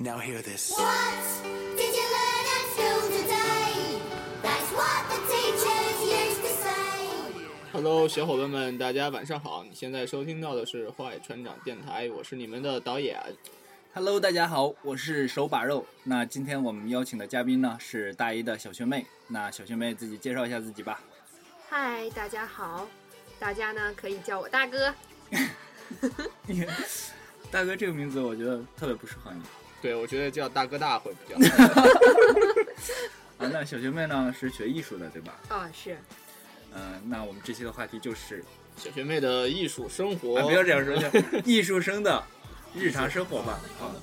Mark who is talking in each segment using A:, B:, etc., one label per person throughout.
A: Now hear this.
B: What did you learn at school today? That's what the teachers used to say.
C: Hello，小伙伴们，大家晚上好！你现在收听到的是坏船长电台，我是你们的导演。
D: Hello，大家好，我是手把肉。那今天我们邀请的嘉宾呢是大一的小学妹，那小学妹自己介绍一下自己吧。
E: 嗨，大家好，大家呢可以叫我大哥。
D: 大哥这个名字我觉得特别不适合你
C: 对，我觉得叫大哥大会比较好。
D: 啊。那小学妹呢是学艺术的，对吧？
E: 啊、是
D: 嗯、那我们这期的话题就是啊
C: 小学妹的艺术生活，
D: 啊，不要这样说，叫艺术生的日常生活吧。啊，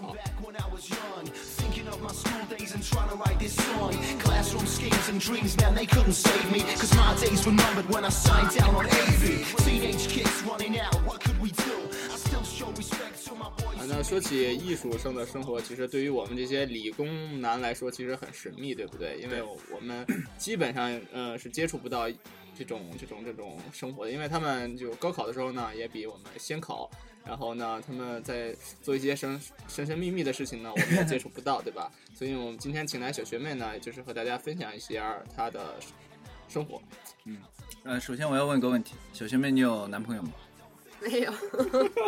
F: back when I was young. Thinking of my school days and trying to write this song. Classroom schemes and dreams, man, they couldn't save me. Cause my days were numbered when I signed down on AV. Teenage kids running out, what could we do? I still show respect to my boys.
C: 啊，那说起艺术生的生活，其实对于我们这些理工男来说，其实很神秘，对不对？因为我们基本上呃是接触不到这种这种这种生活的，因为他们就高考的时候呢，也比我们先考，然后呢，他们在做一些神神神秘秘的事情呢，我们也接触不到，对吧？所以我们今天请来小学妹呢，就是和大家分享一些她的生活。
D: 呃，首先我要问一个问题，小学妹你有男朋友吗？
E: 没有，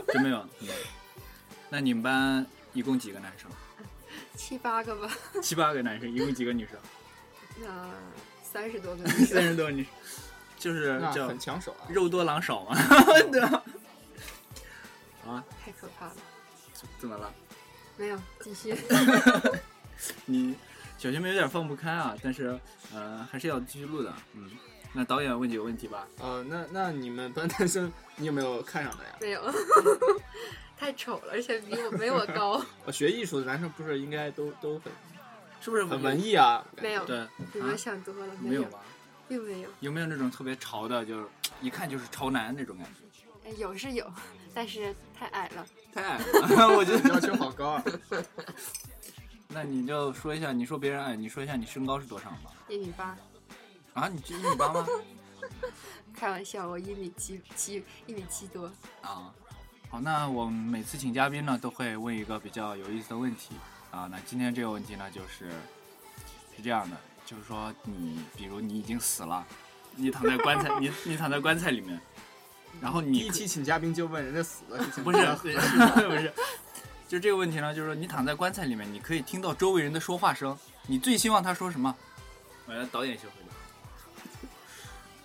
D: 真没有。嗯那你们班一共几个男生？
E: 七八个吧，
D: 七八个男生，一共几个女生？
E: 那三十多个女
D: 三
E: 生。
D: 十多个女生，就是
C: 那
D: 叫
C: 很抢手啊！
D: 肉多狼少嘛，对吧？啊，
E: 太可怕了。
D: 怎么了？
E: 没有，继续。
D: 你小学妹有点放不开啊，但是呃还是要继续录的。嗯，那导演问几个问题吧。
C: 呃，那那你们班男生，你有没有看上的呀？
E: 没有，太丑了，而且比我没我 高。
C: 呃学艺术的男生不是应该都都很
D: 是不是
C: 很文？艺啊？
E: 没有，
D: 对，啊
E: 你们想多了，
D: 没
E: 有
D: 有，吧？
E: 并没有。
D: 有没有那种特别潮的，就是一看就是潮男那种感觉？
E: 哎有是有，但是太矮了。
D: 太矮了， 我觉得。
C: 要求好高 啊！
D: 那你就说一下，你说别人矮，你说一下你身高是多少吧？
E: 一米八，
D: 啊，你一米八吗？
E: 开玩笑，我一米七七，一米七多。
D: 啊，好，那我们每次请嘉宾呢，都会问一个比较有意思的问题啊。那今天这个问题呢，就是是这样的，就是说你，比如你已经死了，你躺在棺材，你你躺在棺材里面，然后
C: 第
D: 你
C: 一期请嘉宾就问人家死了，
D: 不是对 不是，就这个问题呢，就是说你躺在棺材里面，你可以听到周围人的说话声，你最希望他说什么？我要导演学会了。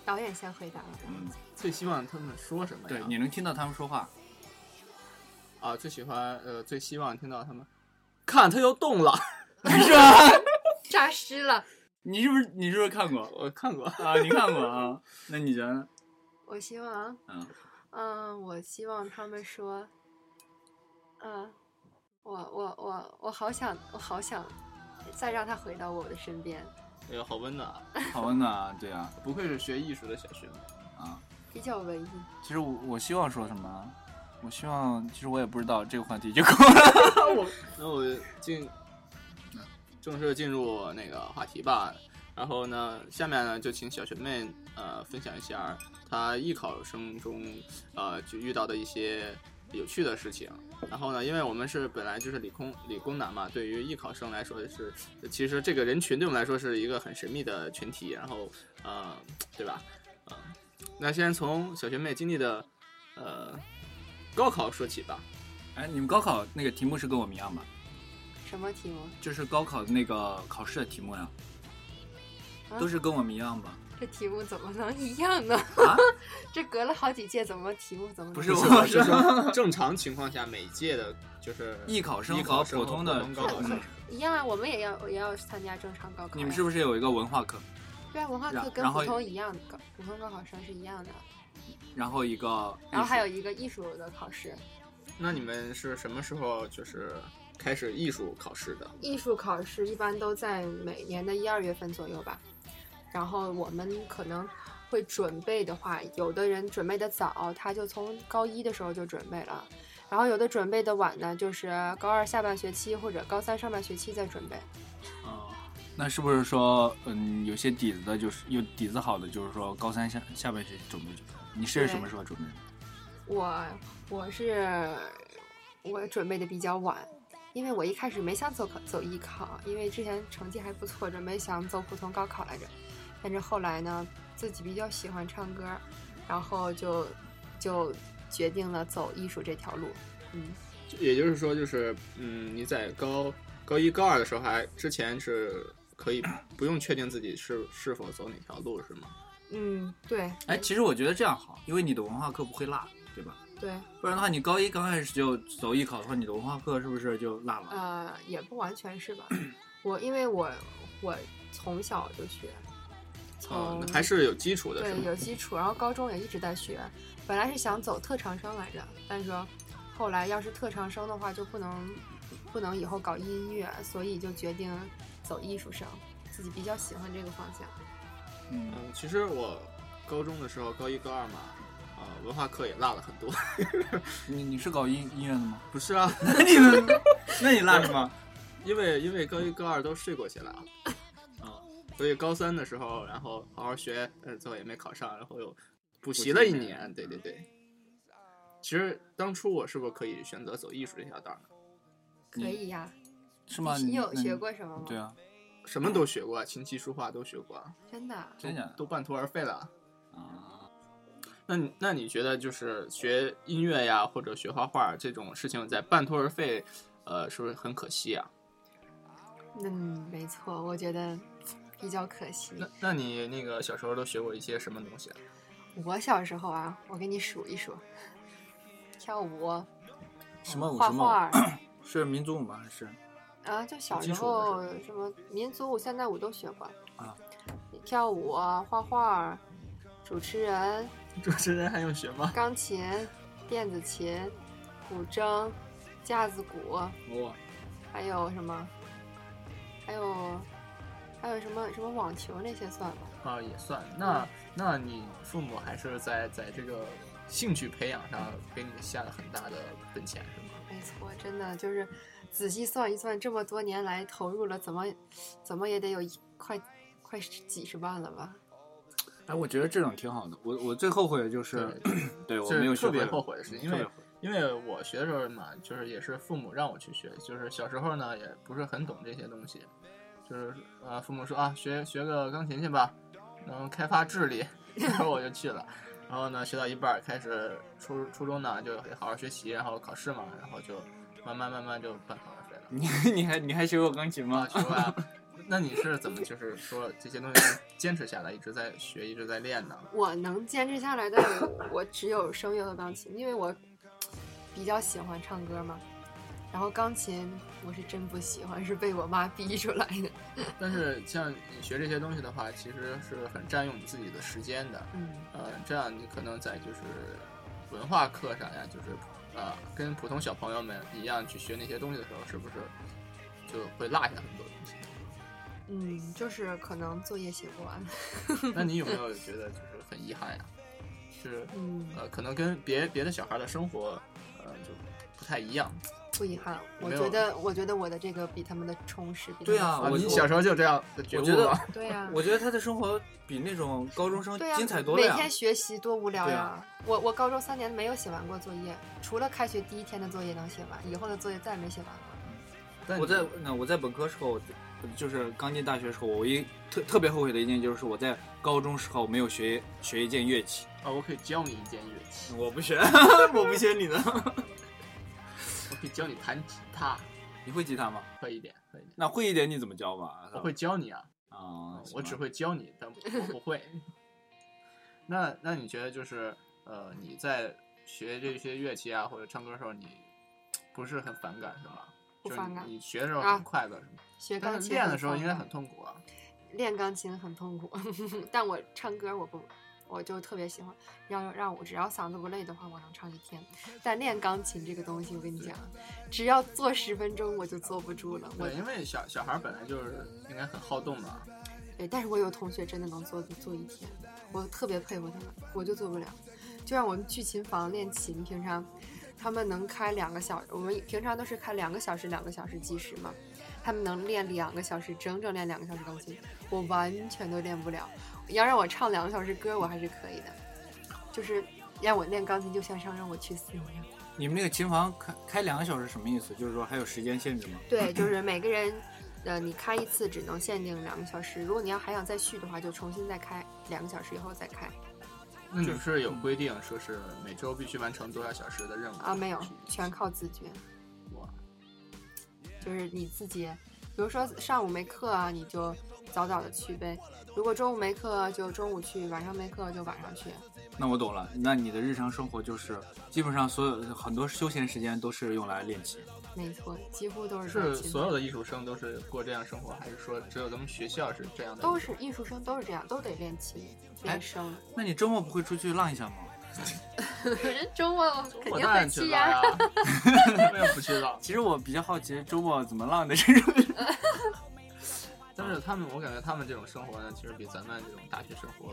E: 导演先回答吧。
D: 嗯，
C: 最希望他们说什么呀？
D: 对，你能听到他们说 话。
C: 啊，最喜欢呃，最希望听到他们，看他又动了，
D: 是吧？
E: 诈尸了，
D: 你是不是你是不是看过
C: 我看过。
D: 啊？你看过啊？那你觉得呢？
E: 我希望。
D: 嗯，
E: 嗯，我希望他们说，嗯，我我我我好想，我好想再让他回到我的身边。
C: 哎呦，好温暖啊！
D: 好温暖啊，对啊，
C: 不愧是学艺术的小学妹。
D: 啊，
E: 比较文艺，
D: 其实我我希望说什么，啊我希望其实我也不知道这个话题就够了。
C: 那我进正式进入那个话题吧。然后呢，下面呢就请小学妹呃分享一下她艺考生中呃就遇到的一些有趣的事情。然后呢，因为我们是本来就是理工理工男嘛，对于艺考生来说是，其实这个人群对我们来说是一个很神秘的群体。然后呃，对吧？嗯、那先从小学妹经历的呃高考说起吧。
D: 哎，你们高考那个题目是跟我们一样吧？
E: 什么题目？
D: 就是高考的那个考试的题目呀，
E: 啊
D: 都是跟我们一样吧？
E: 这题目怎么能一样呢？
D: 啊，
E: 这隔了好几届，怎么题目怎么能
D: 不
E: 一
D: 是
E: 样
D: 我
C: 我
D: 是
C: 是说，正常情况下，每一届的就是
D: 艺考生
C: 艺
D: 和
C: 考生
D: 普通的
C: 普高考生，
E: 一样啊？我们也要也要参加正常高考呀。啊
D: 你们是不是有一个文化课，
E: 对啊，文化
D: 然
E: 课跟
D: 然后
E: 普通一样，高普通高考生是一样的。啊
D: 然后一个艺术，
E: 然后还有一个艺术的考试，
C: 那你们是什么时候就是开始艺术考试的？
E: 艺术考试一般都在每年的一二月份左右吧，然后我们可能会准备的话，有的人准备的早，他就从高一的时候就准备了，然后有的准备的晚呢，就是高二下半学期或者高三上半学期再准备。
D: 哦那是不是说，嗯，有些底子的，就是有底子好的，就是说高三下下半学期准备准备。你是
E: 对
D: 什么时候准备的？
E: 我我是我准备的比较晚，因为我一开始没想走考走艺考，因为之前成绩还不错，准备想走普通高考来着。但是后来呢，自己比较喜欢唱歌，然后就就决定了走艺术这条路。嗯，
C: 也就是说，就是嗯，你在高高一、高二的时候还之前是可以不用确定自己是是否走哪条路，是吗？
E: 嗯，对
D: 哎，其实我觉得这样好，因为你的文化课不会落，对吧？
E: 对，
D: 不然的话，你高一刚开始就走艺考的话，你的文化课是不是就落了？
E: 呃，也不完全是吧。 我因为我我从小就学，
C: 哦
E: 从、，
C: 嗯那还是有基础的，是
E: 对
C: 吗？
E: 有基础，然后高中也一直在学。本来是想走特长生来着，但是后来要是特长生的话，就不能不能以后搞音乐，所以就决定走艺术生，自己比较喜欢这个方向。
D: 嗯
C: 嗯，其实我高中的时候，高一、高二嘛，啊、文化课也落了很多。
D: 你你是搞音音乐的 吗？
C: 不是啊，
D: 那你们，那你落什么？
C: 因为因为高一、高二都睡过去了，啊，所以高三的时候，然后好好学，但是最后也没考上，然后又补习了一年。对对对。其实当初我是不是可以选择走艺术这条道呢？
E: 可以呀、
D: 嗯是吗？
E: 你有
D: 那
E: 学？过什么吗？
D: 对啊，
C: 什么都学过，啊琴棋书画都学过，
E: 真的啊。
D: 真假的
C: 都半途而废了。
D: 啊？
C: 那你那你觉得就是学音乐呀，或者学画画这种事情，在半途而废，呃，是不是很可惜啊？
E: 嗯，没错，我觉得比较可惜。
C: 那那你那个小时候都学过一些什么东西啊？
E: 我小时候啊，我给你数一数：跳舞、
D: 什么舞？
E: 画
D: 什么
E: 画
D: 舞？ 是民族舞吗？还是
E: 啊，就小时
D: 基础的
E: 候什么民族舞、现代舞都学过
D: 啊，
E: 跳舞、啊、画画、主持人、
C: 主持人还用学吗？
E: 钢琴、电子琴、古筝、架子鼓，
D: 我
E: 还有什么？还有还有什么什么网球那些算吗？
C: 啊，也算。那那你父母还是在在这个兴趣培养上给你下了很大的本钱，是吗？
E: 没错，哎真的就是仔细算一算，这么多年来投入了，怎么怎么也得有一快快几十万了吧？
D: 哎，我觉得这种挺好的。我我最后悔的就是， 对我没有
C: 是
D: 学
C: 特
D: 会
C: 别
D: 了，嗯
C: 后悔的事情，因
D: 特别
C: 为
D: 后悔
C: 因为我学的时候嘛，就是也是父母让我去学，就是小时候呢也不是很懂这些东西，就是呃父母说啊学学个钢琴去吧，能开发智力， 然后我就去了，然后呢学到一半儿开始初初中呢就得好好学习，然后考试嘛，然后就慢慢慢慢就半途而废了。
D: 你你还你还学过钢琴 吗？
C: 啊，学完， 那你是怎么就是说这些东西坚持下来，一直在学，一直在练呢？
E: 我能坚持下来的，我只有声乐和钢琴，因为我比较喜欢唱歌嘛。然后钢琴我是真不喜欢，是被我妈逼出来的。
C: 但是
D: 嗯
C: 像你学这些东西的话，其实是很占用你自己的时间的。
E: 嗯，
C: 呃，这样你可能在就是文化课上呀，就是呃跟普通小朋友们一样去学那些东西的时候，是不是就会落下很多东西？
E: 嗯，就是可能作业写不完。
C: 那你有没有觉得就是很遗憾呀？就是
E: 嗯，
C: 呃，可能跟别别的小孩的生活呃就不太一样。
E: 不遗憾，我
C: 没有
E: 觉得，我觉得我的这个比他们的充实。比他
D: 对
E: 们
D: 啊
E: 丰
C: 啊，
D: 我
C: 你
E: 富
C: 小时候就这样的觉
D: 我
C: 悟
D: 觉得
C: 吗？
E: 对呀、
D: 我觉得他的生活比那种高中生
E: 对呀、
D: 精彩多了呀。
E: 每天学习多无聊
D: 对
E: 呀！
D: 啊
E: 我我高中三年没有写完过作业，除了开学第一天的作业能写完，以后的作业再也没写完过。
C: 但
D: 我
C: 你
D: 在那我在本科时候，就是刚进大学时候，我一特特别后悔的一件就是我在高中时候没有学学一件乐器，
C: 啊，我可以教你一件乐器，
D: 我不 学，我不学你的。
C: 我可以教你弹吉他，
D: 你会吉他吗？
C: 会一点，会一点。
D: 那会一点你怎么教嘛？
C: 我会教你啊，
D: 啊，
C: 我只
D: 行吧
C: 会教你， 但我不会。 那那你觉得就是呃，你在学这些乐器啊或者唱歌的时候，你不是很反感是吗？
E: 不反感
C: 就是你学的时候
E: 啊
C: 很快乐是吗？
E: 学
C: 但
E: 钢
C: 是
E: 琴
C: 练的时候
E: 痛
C: 应该
E: 苦
C: 很痛苦啊。
E: 练钢琴很痛苦， 但我唱歌我不，我就特别喜欢。要让我只要嗓子不累的话，我能唱一天。但练钢琴这个东西，我跟你讲，只要做十分钟我就坐不住了。我嗯
C: 对，因为小小孩本来就是应该很好动嘛。
E: 对，但是我有同学真的能坐坐一天，我特别佩服他们，我就做不了。就像我们去琴房练琴，平常他们能开两个小时，我们平常都是开两个小时、两个小时计时嘛，他们能练两个小时，整整练两个小时钢琴，我完全都练不了。要让我唱两个小时歌，我还是可以的，就是让我练钢琴，就像让让我去死一样。
D: 你们那个琴房开开两个小时什么意思？就是说还有时间限制吗？
E: 对， 就是每个人，呃，你开一次只能限定两个小时，如果你要还想再续的话，就重新再开两个小时以后再开。
C: 那你
D: 嗯
C: 是有规定说是每周必须完成多少小时的任务
E: 啊，没有，全靠自觉，
C: 哇
E: 就是你自己，比如说上午没课啊，你就早早的去呗；如果中午没课啊就中午去，晚上没课就晚上去。
D: 那我懂了，那你的日常生活就是基本上所有很多休闲时间都是用来练琴。
E: 没错，几乎都是这
C: 是
E: 样
C: 所有的艺术生都是过这样生活，还是说只有咱们学校是这样的？
E: 都是艺术生，都是这样，都得练琴
C: 哎
E: 练声。
D: 那你周末不会出去浪一下吗？
E: 人周末肯
C: 我当
E: 定会
C: 然去
E: 去
C: 拉
E: 呀、
C: 呀， 我也不知 道。
D: 其实我比较好奇周末怎么浪的，这种。
C: 但是他们，我感觉他们这种生活呢，其实比咱们这种大学生活，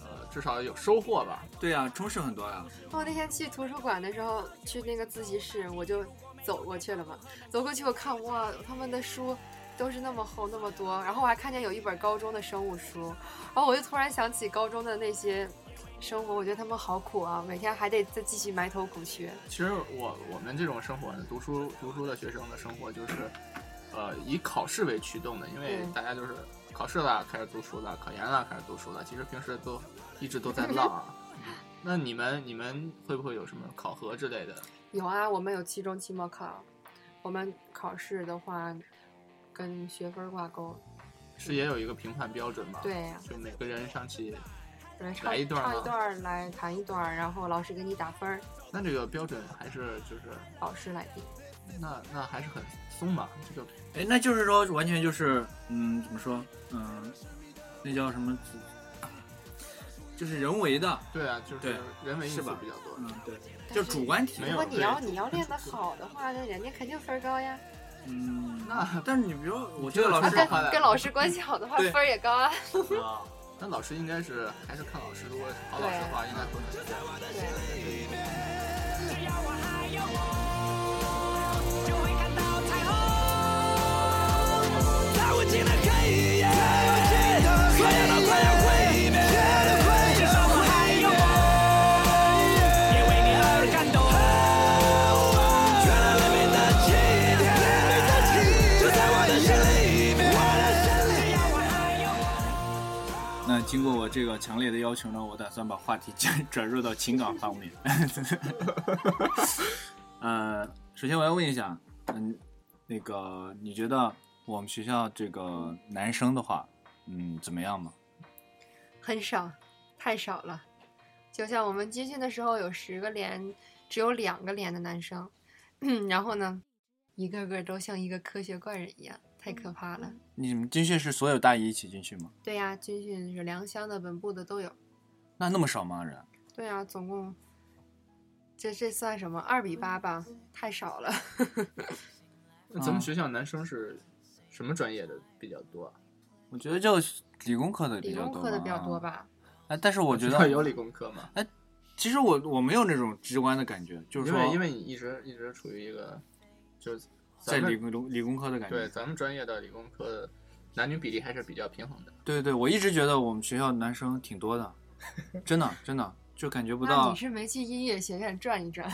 C: 呃，至少有收获吧。
D: 对呀、充实很多呀、
E: 我那天去图书馆的时候，去那个自习室，我就走过去了嘛。走过去我看，哇，他们的书都是那么厚那么多，然后我还看见有一本高中的生物书，然后我就突然想起高中的那些生活，我觉得他们好苦啊，每天还得再继续埋头苦学。
C: 其实我我们这种生活呢，读书读书的学生的生活就是，呃，以考试为驱动的，因为
E: 嗯
C: 大家就是考试了开始读书了，考研了开始读书了，其实平时都一直都在浪 啊。那你们你们会不会有什么考核之类的？
E: 有啊，我们有期中、期末考，我们考试的话跟学分挂钩。
C: 是也有一个评判标准吧？，
E: 对呀、
C: 就每个人上去，
E: 来唱
C: 来一段
E: 唱
C: 吗
E: 一段儿，来弹一段儿，然后老师给你打分儿，
C: 那这个标准还是就是，
E: 老师来定。
C: 那那还是很松吧？这个
D: 哎，那就是说完全就是，嗯，怎么说，嗯，那叫什么，就是人为的，
C: 对啊，就
D: 对
C: 是人为因
D: 是
C: 素
D: 吧
C: 比较多。
D: 嗯，对，
E: 但
D: 就是主观题
C: 没
E: 如
C: 有
E: 果你
C: 对
E: 要你要练得好的话，那人家肯定分儿高呀。
D: 嗯，
C: 那
D: 但是你比如说，我觉
C: 这
D: 得
C: 个
D: 老
C: 说
D: 师
C: 实话
E: 啊跟老师关系好的话，
D: 对
E: 分儿也高啊。
D: 啊，
C: 那老师应该是还是看老师，如果好老师的话，应该会很自在吧。
D: 嗯
E: 对。
A: 只要我还有我，就会看到彩虹。在无尽的黑夜，所有都快要毁灭。至少我还有我，因为你而感动。绚烂黎明的起点，就在我的心里面。只要我还有我。
D: 那经过我这个强烈的要求呢，我打算把话题转转入到情感方面。 呃，首先我要问一下，嗯，那个你觉得我们学校这个男生的话，嗯，怎么样嘛？
E: 很少，太少了。就像我们军训的时候，有十个连，只有两个连的男生， 然后呢，一个个都像一个科学怪人一样，太可怕了。
D: 你们军训是所有大一一起进去吗？
E: 对呀、军训是良乡的、本部的都有。
D: 那那么少吗人？
E: 对呀、总共这这算什么？二比八吧，太少了。
C: 那咱们学校男生是什么专业的比较多啊？
D: 我觉得就理工科的比
E: 理
D: 较
E: 工
D: 多，
E: 科的比较多？吧？
D: 哎，但是我觉
C: 学校
D: 得
C: 有理，工科吗？
D: 其实我我没有那种直观的感觉，就是
C: 因
D: 说
C: 为因为你一直一直处于一个就是
D: 在
C: 咱
D: 理
C: 们
D: 工理工科的感觉，
C: 对咱们专业的理工科的男女比例还是比较平衡的。
D: 对对对，我一直觉得我们学校男生挺多的，真的真的就感觉不
E: 那
D: 到
E: 你。是没去音乐学院转一转？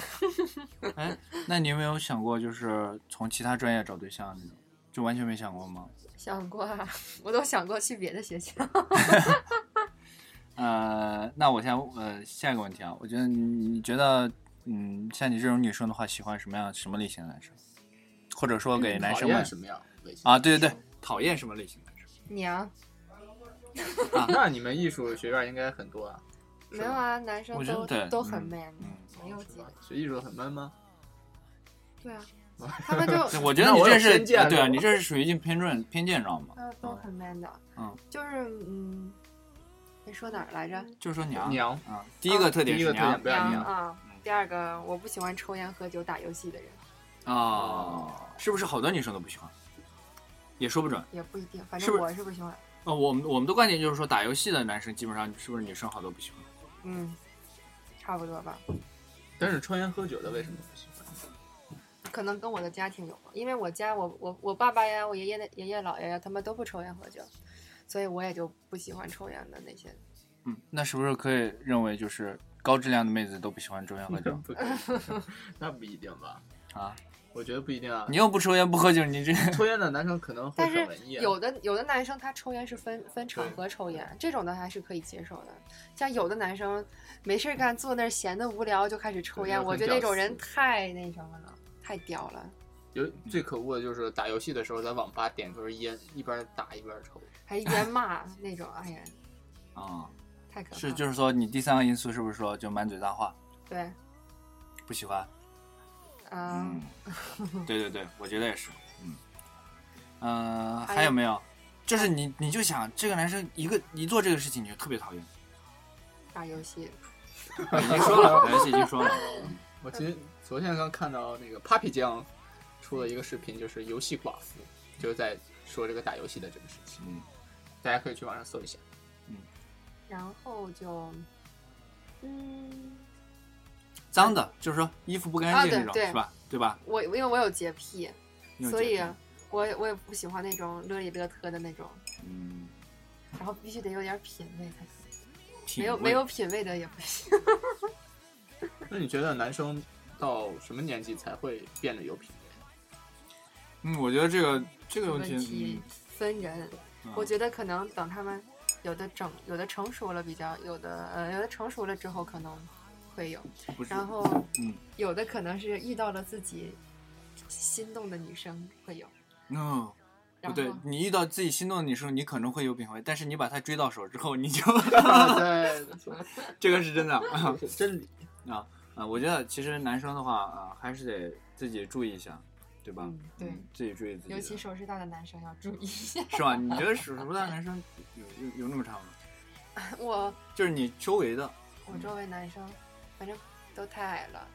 D: 哎，那你有没有想过，就是从其他专业找对象那种？就完全没想过吗？
E: 想过啊， 我都想过去别的学校。
D: 呃，那我想呃下一个问题啊，我觉得你你觉得嗯，像你这种女生的话，喜欢什么样什么类型的男生？或者说给男生
C: 嗯讨
D: 们
C: 厌什么样类型？
D: 啊，对对对，讨厌什么类型的男生？
E: 娘，
C: 那你们艺术学院应该很多啊？
E: 没有啊，男生
D: 我觉得
E: 都
D: 对
E: 都很
D: 嗯
E: man，
D: 嗯
E: 没有
C: 是
E: 几
C: 吧学艺术很闷吗？
E: 对啊，他们就
D: 我觉得
C: 那
D: 你
C: 我
D: 这
C: 有
D: 是
C: 偏见
D: 啊对啊，
C: 了
D: 你这是属于进偏见偏见，知道吗？
E: 呃都很 man 的，
D: 嗯，
E: 就是嗯，哎说哪儿来着？
D: 就是说娘
C: 娘
D: 啊，第一个特点
C: 第一
D: 是
C: 个特点
D: 娘
C: 不要
E: 娘
C: 娘
E: 啊，
D: 嗯
E: 第二个我不喜欢抽烟、喝酒、打游戏的人，
D: 啊，是不是好多女生都不喜欢？也说不准。
E: 也不一定，反
D: 是
E: 正
D: 不是
E: 我是不喜欢，
D: 呃，我们我们的观点就是说，打游戏的男生基本上是不是女生好多不喜欢？
E: 嗯，差不多吧，
C: 但是抽烟喝酒的为什么不喜欢？
E: 可能跟我的家庭有关，因为我家我我我爸爸呀，我爷爷的爷爷姥爷呀，他们都不抽烟喝酒，所以我也就不喜欢抽烟的那些。
D: 嗯，那是不是可以认为就是高质量的妹子都不喜欢抽烟喝酒
C: 不可能 那不一定吧？
D: 啊？
C: 我觉得不一定啊。
D: 你又不抽烟不喝酒，你这
C: 抽烟的男生可能会
E: 但
C: 很
E: 是
C: 文艺啊，
E: 有的有的男生他抽烟是分分场合抽烟，这种的还是可以接受的。像有的男生没事儿干坐那儿闲的无聊就开始抽
C: 对
E: 烟，
C: 那
E: 我
C: 很
E: 觉得那
C: 屌
E: 种人
C: 丝
E: 太那什么了，太屌了。
C: 有最可恶的就是打游戏的时候在网吧点根烟，一边打一边抽。
E: 还一 边骂那种，哎呀，
D: 啊、
E: 太可怕了。
D: 是就是说你第三个因素是不是说就满嘴大话
E: 对，
D: 不喜欢？
E: 啊、
D: 嗯，对对对，我觉得也是。嗯，呃，
E: 还有
D: 还有没有？就是你你就想这个男生一个一做这个事情你就特别讨 厌，
E: 打游戏，
D: 已经说了，打游戏已经说了。
C: 我今
E: 嗯
C: 昨天刚看到那个 Papi 酱出了一个视频，就是游戏寡妇，就是在说这个打游戏的这个事情，
D: 嗯，
C: 大家可以去网上搜一下。
E: 然后就，嗯，
D: 脏的，就是说衣服不
E: 啊
D: 干净
E: 对
D: 这种、
E: 对
D: 是吧？对吧？
E: 我因为我有洁癖，
D: 你有
E: 所
D: 洁
E: 以啊
D: 癖
E: 我也我也不喜欢那种乐里乐特的那种，
D: 嗯，
E: 然后必须得有点品味才可以，
D: 品
E: 没有
D: 味
E: 没有品味的也不行。
C: 那你觉得男生到什么年纪才会变得 有品 味？
D: 嗯，我觉得这个这个问
E: 问
D: 题
E: 题，分人，
D: 嗯
E: 我觉得可能等他们有的整有的成熟了比较，有的呃有的成熟了之后可能会有，
D: 得不是，
E: 然后
D: 嗯，
E: 有的可能是遇到了自己心动的女生会有。
D: no，不嗯
E: 然
D: 对
E: 后，
D: 你遇到自己心动的女生，你可能会有品味，但是你把她追到手之后，你就
C: 在
D: 这个是真的啊
C: 真理，
D: 啊啊！我觉得其实男生的话啊，还是得自己注意一下，对吧？
E: 嗯对
D: 自己注意自己的，
E: 尤其手势大的男生要注意 一下。
D: 是吧？你觉得手术大男生有有有那么差吗？
E: 我
D: 就是你周围的
E: 我周围男生，反正都太矮了，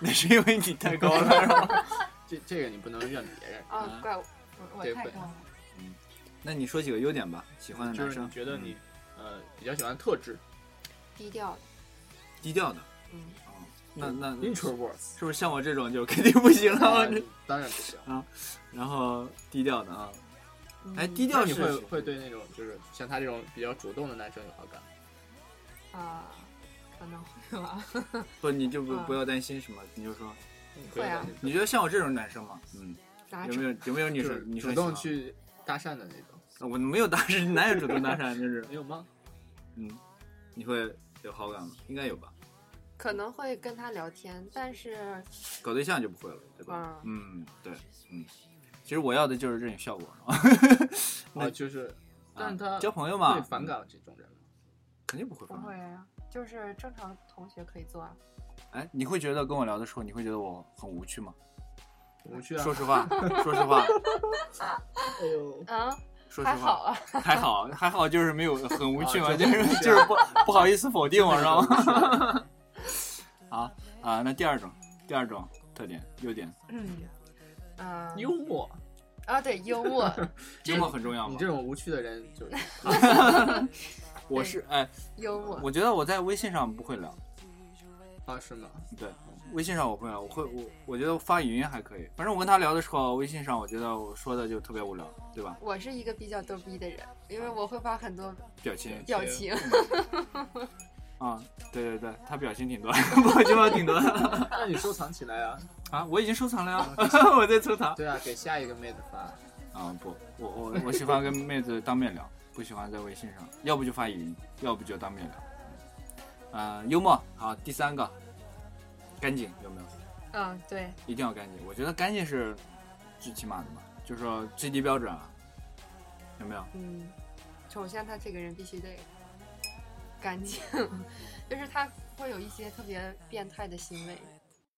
D: 那是因为你太高了，是吧？
C: 这这个你不能怨别人，
E: 啊，
D: 啊
E: 怪我，我
C: 对
E: 我太
C: 本
E: 高了。
D: 那你说几个优点吧，喜欢的嗯
C: 就
D: 男
C: 是
D: 生，
C: 你觉得你呃比较喜欢特质
E: 低调的，
D: 嗯低调的，
E: 嗯，
D: 那那
C: ，introverts，
D: 是不是像我这种就肯定不行
C: 啊
D: 了？
C: 当然不行。
D: 然后低调的啊，哎，
E: 嗯
D: 低
C: 那
D: 调
C: 你
D: 是
C: 会会对那种就是像他这种比较主动的男生有好感？
E: 啊，可能会啊 吧，
D: 不，你就不
E: 啊
D: 不要担心什么，你就说，
E: 会啊
D: 你觉得像我这种男生吗？嗯，
E: 哪
D: 有没
E: 种？
D: 有有没有你
C: 就
D: 说
C: 是
D: 你说
C: 主动
D: 喜欢
C: 去搭讪的那种，
D: 啊我没有搭讪，哪有主动搭讪？就是
C: 没有吗？
D: 嗯，你会有好感吗？应该有吧，
E: 可能会跟他聊天，但是
D: 搞对象就不会了，对吧
E: 啊？
D: 嗯，对，嗯，其实我要的就是这种效果，啊
C: 啊，就是， 但是他
D: 啊交朋友嘛，
C: 会反感这种人吗。
D: 肯定不会
E: 不
D: 反
E: 会
D: 感。
E: 啊，就是正常同学可以做啊。
D: 哎，你会觉得跟我聊的时候，你会觉得我很无趣吗？
C: 无趣啊
D: 说！实话， 说实 话，
C: 哎呦，
E: 啊，
D: 说实
E: 还好
D: 话，
E: 啊，
D: 还好，还好，就是没有很无 趣嘛，
C: 啊
D: 就
C: 就是是
D: 就是不不好意思否定我，知道吗？ 啊啊，那第二种，第二种特点优点，
E: 嗯，啊
C: 幽 默，
E: 啊，对，幽默，
D: 幽默很重要
C: 你
D: 吗
C: 这？种无趣的人就是
D: 我是哎，
E: 幽默，
D: 我觉得我在微信上不会聊，
C: 啊，是吗？
D: 对，微信上我不会聊，我会我我觉得发语音还可以，反正我跟他聊的时候，微信上我觉得我说的就特别无聊，对吧？
E: 我是一个比较逗逼的人，因为我会发很多
D: 表情
E: 表情。
D: 啊、对对对，他表情挺多， 我觉得挺多的
C: 那你收藏起来啊。
D: 啊，我已经收藏了呀， 我在收藏。
C: 对啊，给下一个妹子发。
D: 啊不，我我我喜欢跟妹子当面聊，不喜欢在微信上，要不就发语音，要不就当面聊。嗯、呃幽默好，第三个，干净有没有？
E: 嗯，对，
D: 一定要干净，我觉得干净是最起码的嘛，就是说最低标准啊，有没有？
E: 嗯，首先他这个人必须得干净， 就是他会有一些特别变态的行为，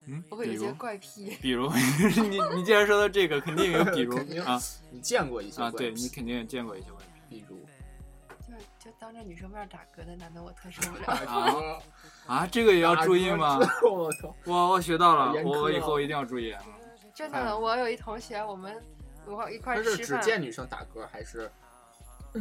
D: 嗯，
E: 我会有
D: 比
E: 一些
D: 如
E: 怪癖。
D: 比如 你你既然说到这个，肯定有比如
C: 肯定
D: 啊
C: 你见过一些
D: 啊，
C: 怪
D: 对
C: 癖
D: 你肯定也见过一些问题
C: 比如
E: 就是就当着女生面打嗝的男的，我特受不 了。
D: 啊啊，这个也要注意吗？
C: 我靠，
D: 我我学到
C: 好
D: 了，
C: 严苛
D: 我我以
C: 啊
D: 后一定要注意。
E: 真
D: 哎
E: 的，我有一同学，我们我一块
C: 他
E: 儿
C: 是
E: 吃
C: 只
E: 饭，
C: 见女生打嗝，还是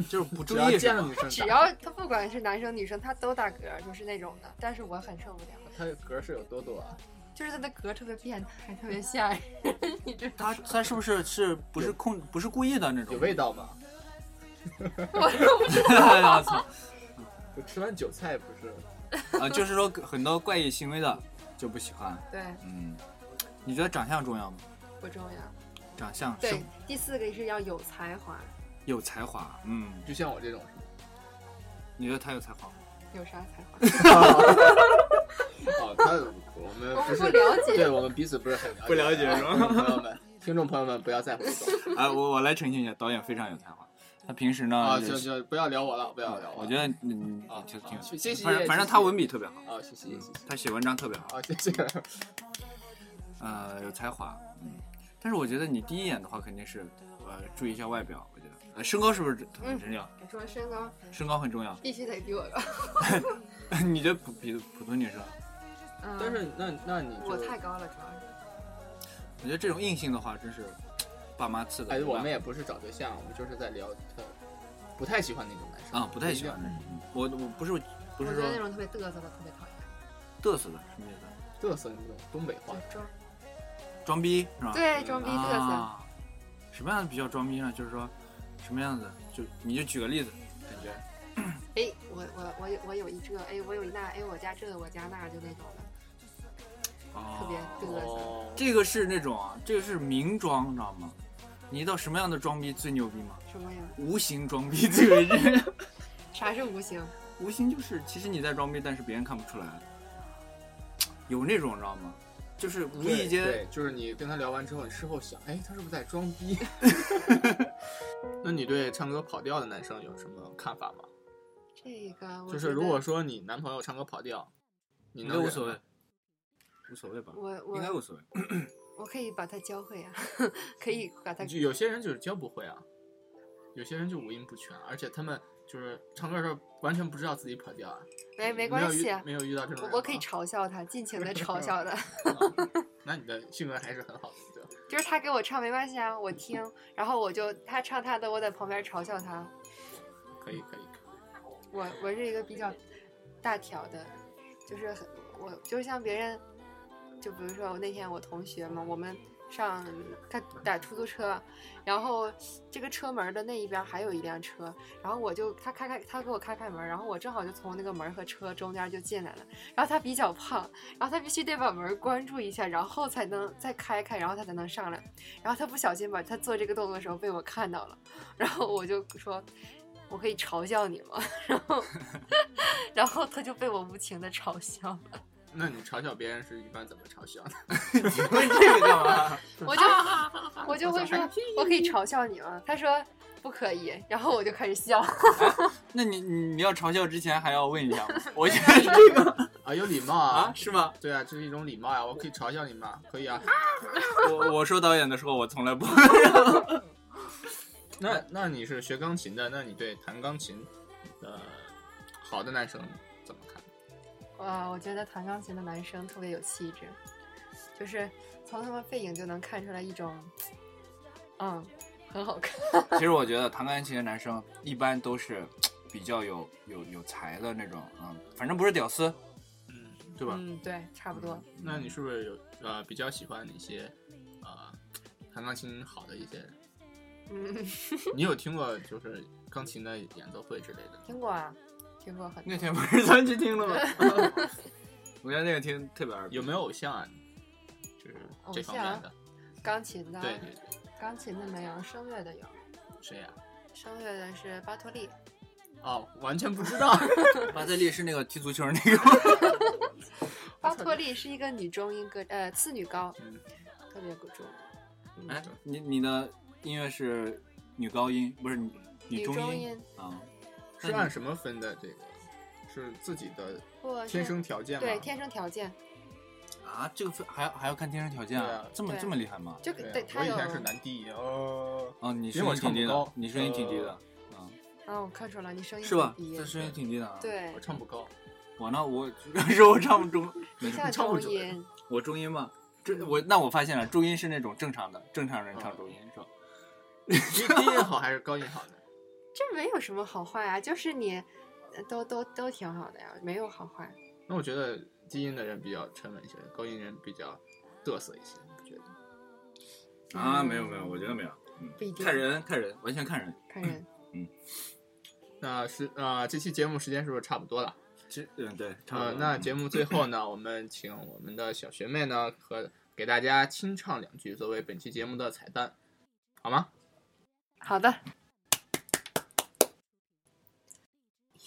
D: 就是不注
C: 只要
D: 意是
C: 见
D: 吧
C: 了女生
E: 只
C: 打？
E: 要他不管是男生女生，他都打嗝，就是那种的。但是我很受不了，
C: 他的嗝是有多多啊？
E: 就是他的嗝特别变态，特别吓人，你知道
D: 他
E: 吗？
D: 他是不是是不是控不是故意的那种？
C: 有味道吗？
E: 我受不了。
D: 哎我操！
C: 我吃完韭菜不是？
D: 啊、就是说很多怪异行为的就不喜欢。
E: 对，
D: 嗯，你觉得长相重要吗？
E: 不重要。
D: 长相是
E: 对，第四个是要有才华，
D: 有才华，嗯，
C: 就像我这种，
D: 你觉得他有才华吗？
E: 有啥才华？
C: 哦，他我们
E: 我
C: 不
E: 们
C: 是
E: 不了解
C: 对我们彼此不是很
D: 不了解
C: 啊
D: 是吧
C: 听众朋友们，听众朋友们不要在乎这 种
D: 啊，我我来澄清一下，导演非常有才华。他平时呢，
C: 啊，
D: 就
C: 行
D: 是
C: 行，不要聊我了，不要聊
D: 我
C: 了
D: 觉得嗯
C: 啊，
D: 就
C: 啊
D: 挺，
C: 谢谢谢谢
D: 反正反正他文笔特别好，
C: 啊，谢谢
E: 嗯
C: 谢谢
D: 他写文章特别好，
C: 啊，谢 谢。
D: 呃，有才华，嗯。但是我觉得你第一眼的话，肯定是呃注意一下外表，我觉得呃身高是不是很
E: 嗯
D: 重要？
E: 你说身高
D: 身高很重要。
E: 必须得比我高，
D: 你觉得普比普通女生，
E: 嗯
C: 但是那那你
E: 我
C: 就
E: 太高了，主要是。
D: 我觉得这种硬性的话，真是爸妈刺的。
C: 哎，
D: 对吧
C: 我们也不是找对象，我们就是在聊他不太喜欢那种男生
D: 啊不太喜欢。嗯我我不是不
E: 我
D: 是
E: 觉
D: 说
E: 得那种特别嘚瑟的特别讨厌，
D: 嘚瑟的，什么意思？
C: 嘚瑟那种东北话
E: 就，装
D: 装逼是吧？
E: 对装逼嘚瑟，
D: 啊。什么样的比较装逼呢？就是说，什么样子就你就举个例子，感觉
E: 哎，我我我有我有一这，哎，我有一那，哎，我家这，我家那，就那种的，特别
D: 哦，
E: 嘚瑟。
C: 哦，
D: 这个是那种啊，这个是明装，你知道吗？你知道什么样的装逼最牛逼吗？
E: 什么呀？
D: 无形装逼最为真。
E: 啥是无形？
D: 无形就是其实你在装逼，但是别人看不出来。有那种你知道吗？就是无
C: 对
D: 意间
C: 对，就是你跟他聊完之后，你事后想，哎，他是不是在装逼？ 那你对唱歌跑调的男生有什么看法吗？
E: 这个我
C: 就是
E: 觉
C: 如
E: 得
C: 果说你男朋友唱歌跑调，你
D: 你
C: 能
D: 都无
C: 忍
D: 所
C: 吗
D: 谓，，无所谓吧？
E: 我
D: 应该无
E: 我
D: 所谓。
E: 我可以把它教会啊， 可以把它
C: 就有些人就是教不会啊，有些人就五音不全，而且他们就是唱歌的时候完全不知道自己跑调啊。
E: 没没
C: 你
E: 关
C: 有遇
E: 系啊，
C: 没有遇到这种人
E: 我我可以
C: 吗
E: 嘲笑他，尽情的嘲笑他。
C: 啊那你的性格还是很好的，对吧
E: 就是他给我唱没关系啊，我听，然后我就他唱他的，我在旁边嘲笑他。
C: 可以可以。
E: 我我是一个比较大条的，就是很我就是像别人，就比如说我那天我同学嘛，我们上他打出租车，然后这个车门的那一边还有一辆车，然后我就他开开他给我开开门，然后我正好就从那个门和车中间就进来了，然后他比较胖，然后他必须得把门关住一下，然后才能再开开，然后他才能上来，然后他不小心把他做这个动作的时候被我看到了，然后我就说。我可以嘲笑你吗？然后，然后他就被我无情的嘲笑了。
C: 那你嘲笑别人是一般怎么嘲笑的？
D: 你问这个干嘛？
E: 我就啊我就会说，我可以嘲笑你吗？他说不可以，然后我就开始笑。
D: 那你你你要嘲笑之前还要问一下吗？我觉得这个
C: 啊，有礼貌
D: 啊
C: 啊，
D: 是吗？
C: 对啊，这是一种礼貌呀、我可以嘲笑你吗？可以啊。
D: 我我说导演的时候，我从来不。
C: 那那你是学钢琴的，那你对弹钢琴，呃，好的男生怎么看？
E: 哇，我觉得弹钢琴的男生特别有气质，就是从他们背影就能看出来一种，嗯，很好看。
D: 其实我觉得弹钢琴的男生一般都是比较有有有才的那种，嗯，反正不是屌丝，
C: 嗯，
D: 对吧？
E: 嗯，对，差不多。
C: 那你是不是有呃比较喜欢一些，呃，弹钢琴好的一些人？
E: 嗯，
C: 你有听过就是钢琴的演奏会之类 的？
E: 听过啊，听过很多
D: 那天不是咱去听了吗？我觉得那个听特别耳
C: 有没有偶像啊？就是这方面的？
E: 钢琴的，啊
C: 对对对，
E: 钢琴的没有，声乐的有，
C: 谁呀、
E: 声乐的是巴托利。
C: 哦，完全不知 道。
D: 有？巴特利是那个踢足球那个，
E: 巴托利是一个女中音歌，呃，次女高，
C: 嗯
E: 特别注意。
D: 哎， 你你的音乐是女高音，不是女女中
E: 中
D: 音
E: 音
D: 啊？
C: 是按什么分的？这个是自己的
E: 或呃是
C: 天生条件吗？
E: 对天生条件，
D: 啊，这个分还要还要看天生条件
C: 对
D: 啊
C: 啊？
D: 这么
E: 对
D: 这么厉害吗？
E: 就
C: 对啊
E: 对他
C: 我以
E: 有
C: 前是男低哦。
D: 哦，你
C: 因
D: 声
C: 为我
D: 音
C: 唱
D: 挺
C: 不
D: 低
C: 高
D: 的，你声音挺低的，啊，
E: 啊，我看出来你声音
D: 是吧？
E: 很低
D: 这声音挺低的啊。，
E: 对
C: 我，唱不 高，
D: 我呢，我 是我唱不中，
E: 你像
C: 唱不
E: 中
C: 准
E: 音，
D: 我中音嘛，这我那我发现了，中音是那种正常的，正常人唱中音是吧？
C: 低低音好还是高音好呢？
E: 这没有什么好坏啊，就是你呃都都都挺好的呀，没有好坏。
C: 那我觉得低音的人比较沉稳一些，高音人比较嘚瑟一些，不觉得？
D: 啊，没有没有，我觉得没有，嗯
E: 不一定
D: 看人看人，完全看人。
E: 看人，
C: 那是呃，这期节目时间是不是差不多了？
D: 这嗯对，差不多
C: 呃，那节目最后呢，我们请我们的小学妹呢和给大家清唱两句，作为本期节目的彩蛋，好吗？
E: 好的。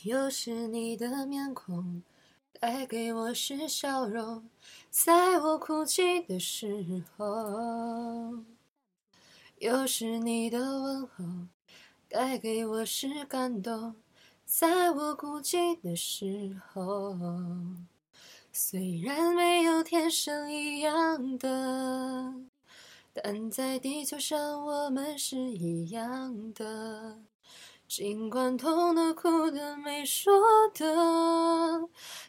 E: 又是你的面孔，带给我是笑容，在我哭泣的时候。又是你的问候，带给我是感动，在我孤寂的时候。虽然没有天生一样的。但在地球上我们是一样的，尽管痛的、哭的、没说的，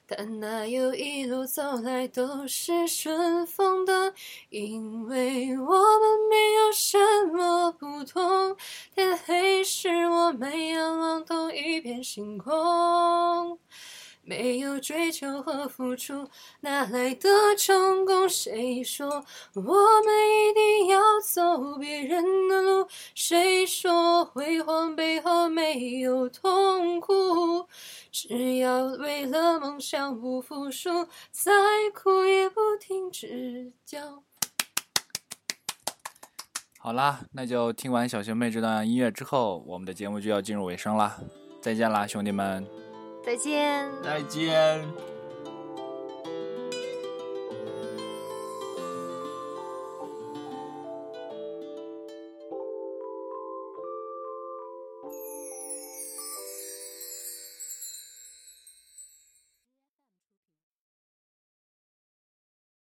E: 但那又一路走来都是顺风的，因为我们没有什么不同。天黑时我们仰望同一片星空。没有追求和付出，哪来的成功？谁说我们一定要走别人的路？谁说辉煌背后没有痛苦？只要为了梦想不服输，再苦也不停止叫。
D: 好啦，那就听完小学妹这段音乐之后，我们的节目就要进入尾声啦，再见啦，兄弟们。
G: 再见。
C: 再见。